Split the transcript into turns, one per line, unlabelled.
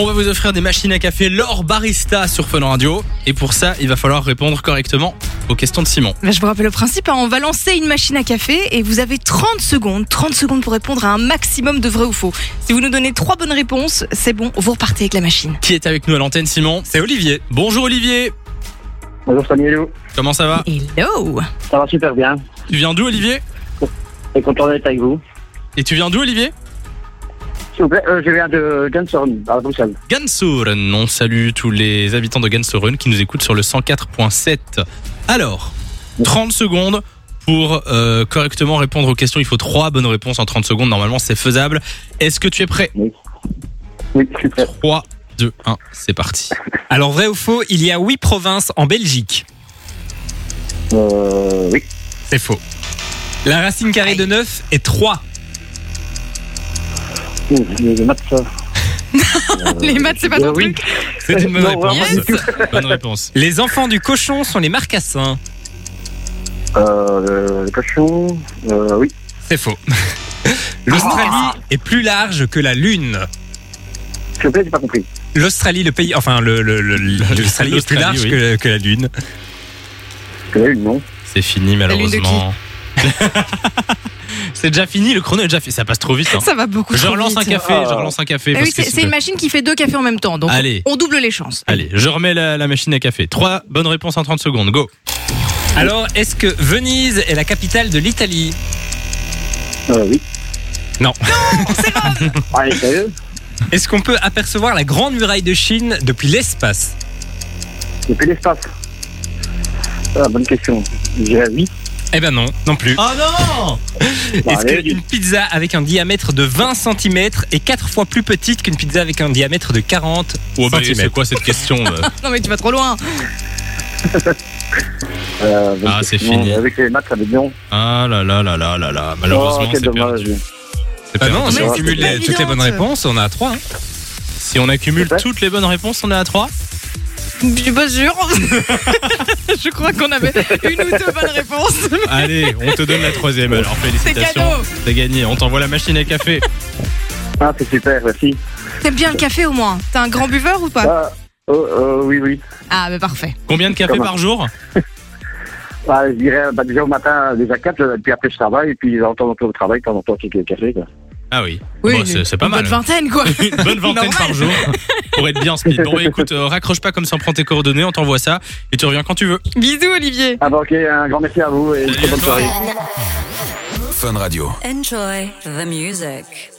On va vous offrir des machines à café L'Or Barista sur Fun Radio. Et pour ça, il va falloir répondre correctement aux questions de Simon.
Bah, je vous rappelle le principe, hein, on va lancer une machine à café et vous avez 30 secondes, 30 secondes pour répondre à un maximum de vrai ou faux. Si vous nous donnez trois bonnes réponses, c'est bon, vous repartez avec la machine.
Qui est avec nous à l'antenne, Simon C'est Olivier. Bonjour Olivier.
Bonjour Samuelou,
Comment ça va
Hello
ça va super bien.
Tu viens d'où Olivier
Et content d'être avec vous.
Et tu viens d'où Olivier
S'il vous plaît, euh, je viens de Johnson, à Bruxelles.
Gansoren. On salue tous les habitants de Gansoren qui nous écoutent sur le 104.7. Alors, 30 secondes pour euh, correctement répondre aux questions. Il faut trois bonnes réponses en 30 secondes. Normalement, c'est faisable. Est-ce que tu es prêt
Oui, je suis prêt.
3, 2, 1, c'est parti.
Alors vrai ou faux, il y a huit provinces en Belgique.
Euh, oui,
C'est faux. La racine carrée de 9 est 3.
Ouh, les maths. ça. Euh,
Les maths, c'est pas ton
euh, oui.
truc
C'est une bonne
Non,
réponse.
vraiment
Bonne réponse.
Les enfants du cochon sont les marcassins.
Euh, le cochon, euh, oui.
C'est faux. L'Australie est plus large que la Lune.
S'il vous plaît, j'ai pas compris.
L'Australie, le pays... Enfin, le- le- le- l'Australie est plus
L'Australie,
large
oui.
que, que la Lune.
Que la une, non
C'est fini
lune de qui
malheureusement. c'est déjà fini, le chrono est déjà fait. Ça passe trop vite. hein.
Ça va beaucoup
Je
trop
relance un
vite.
café, je relance un café.
Ah
parce
oui,
que Ah.
c'est
c'est
c'est une
le-
machine qui fait deux cafés en même temps, donc
Allez.
on double les chances.
Allez, je remets la, la machine à café. Trois bonnes réponses en 30 secondes, go.
Alors, est-ce que Venise est la capitale de l'Italie
Euh, oui.
Non.
Allez, sérieux
Est-ce qu'on peut apercevoir la Grande Muraille de Chine depuis l'espace
Depuis l'espace. Ah, bonne question. Je dirais oui.
Eh ben non, non plus.
Oh non
Bah,
Est-ce
allez,
qu'une pizza avec un diamètre de 20 cm est 4 fois plus petite qu'une pizza avec un diamètre de 40
C'est
cm
quoi cette question bah
Non mais tu vas trop loin
euh, bonne
Ah, c'est
question.
fini.
Avec les maths, ça va être non.
Ah là là là là là là, malheureusement
oh,
c'est
quel dommage.
perdu. C'est
Bah
perdu.
non,
Mais
si on
c'était
cumule
pas
les- toutes les
évidente.
bonnes réponses, on a hein. 3.
Si on accumule
C'est pas-
toutes les bonnes réponses, on est à 3
Je suis pas sûre Je crois qu'on avait une ou deux bonnes réponses
Allez, on te donne la troisième alors
C'est
félicitations.
cadeau
T'as gagné, on t'envoie la machine à café.
Ah, c'est super, merci.
T'aimes bien le café au moins T'es un grand buveur ou pas
Ah, oh, euh, oui, oui.
Ah bah parfait
Combien de cafés
Comment
par jour
Bah, je dirais bah, déjà au matin, déjà 4, puis après je travaille, et puis de temps en temps au travail, de temps en temps, quelques cafés. Quoi.
Ah oui, Bon, c'est c'est pas
une
mal.
bonne vingtaine quoi
une bonne vingtaine
Normal.
par jour pour être bien speed. Bon, bah, écoute, euh, raccroche pas comme ça, on prend tes coordonnées, on t'envoie ça et tu reviens quand tu veux.
Bisous Olivier
Ah bah ok, un grand merci à vous et une
Salut
très
à
bonne
toi.
soirée.
Fun Radio.
Enjoy the music.